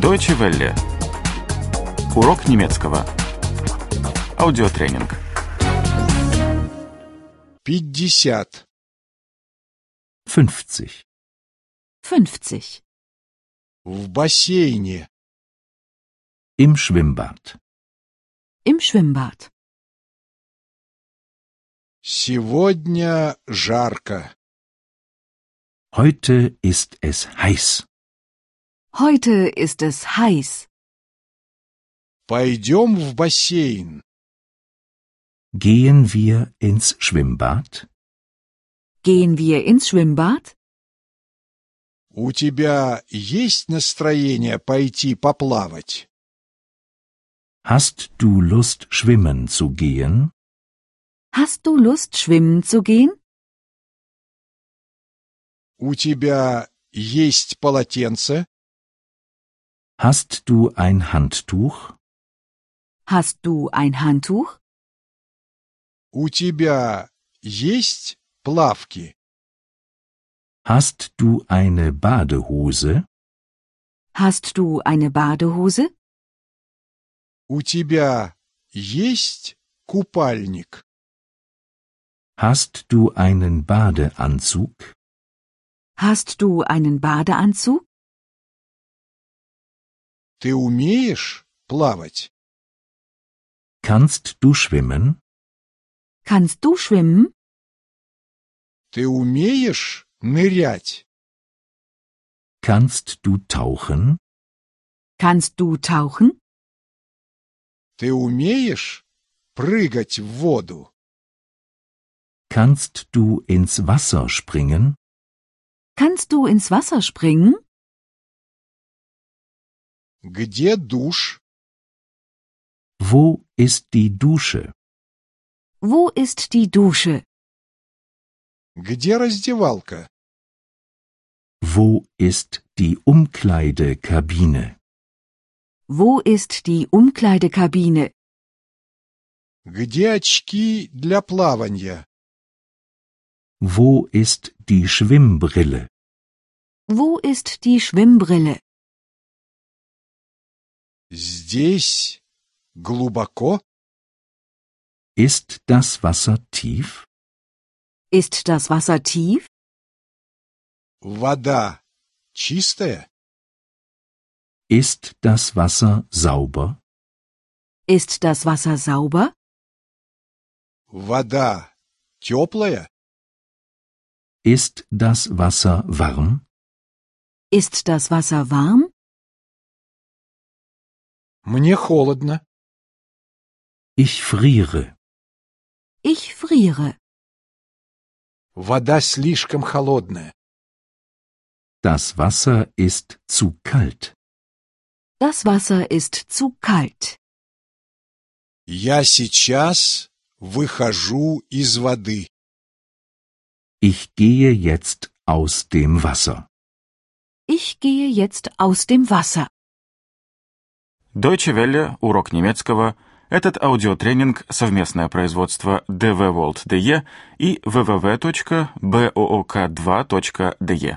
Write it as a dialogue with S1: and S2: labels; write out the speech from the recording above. S1: Deutsche Welle. Урок немецкого. Аудиотренинг.
S2: Пятьдесят.
S3: 50.
S4: 50.
S2: В бассейне.
S3: Im Schwimmbad.
S4: Im Schwimmbad.
S2: Сегодня жарко.
S3: Heute ist es heiß.
S4: Heute ist es heiß.
S2: Пойдем в бассейн.
S3: Gehen wir ins Schwimmbad?
S4: Gehen wir ins Schwimmbad?
S2: У тебя есть настроение пойти поплавать?
S3: Hast du Lust, schwimmen zu gehen?
S4: Hast du Lust, schwimmen zu gehen?
S2: У тебя есть полотенце?
S3: Hast du ein Handtuch?
S4: Hast du ein Handtuch?
S2: У тебя есть плавки?
S3: Hast du eine Badehose?
S4: Hast du eine Badehose?
S2: У тебя есть купальник?
S3: Hast du einen Badeanzug?
S4: Hast du einen Badeanzug?
S2: Ты умеешь плавать?
S3: Kannst du schwimmen?
S4: Kannst du schwimmen?
S2: Ты умеешь нырять?
S3: Kannst du tauchen?
S4: Kannst du tauchen?
S2: Ты умеешь прыгать в воду?
S3: Kannst du ins Wasser springen?
S4: Kannst du ins Wasser springen?
S2: Где душ?
S3: Wo ist die Dusche?
S4: Wo ist die Dusche?
S2: Где раздевалка?
S3: Wo ist die Umkleidekabine?
S4: Wo ist die Umkleidekabine?
S2: Где очки для плавания?
S3: Wo ist die Schwimmbrille?
S4: Wo ist die Schwimmbrille?
S2: Здесь глубоко?
S3: Ist das Wasser tief?
S4: Ist das Wasser tief?
S2: Вода чистая?
S3: Ist das Wasser sauber?
S4: Ist das Wasser sauber?
S2: Вода теплая?
S3: Ist das Wasser warm?
S4: Ist das Wasser warm?
S2: Мне холодно.
S3: Ich friere.
S4: Ich friere.
S2: Вода слишком холодная.
S3: Das Wasser ist zu kalt.
S4: Das Wasser ist zu kalt.
S2: Я сейчас выхожу из воды.
S3: Ich gehe jetzt aus dem Wasser.
S4: Ich gehe jetzt aus dem Wasser.
S1: Deutsche Welle. Урок немецкого. Этот аудиотренинг – совместное производство DW World DE и www.book2.de.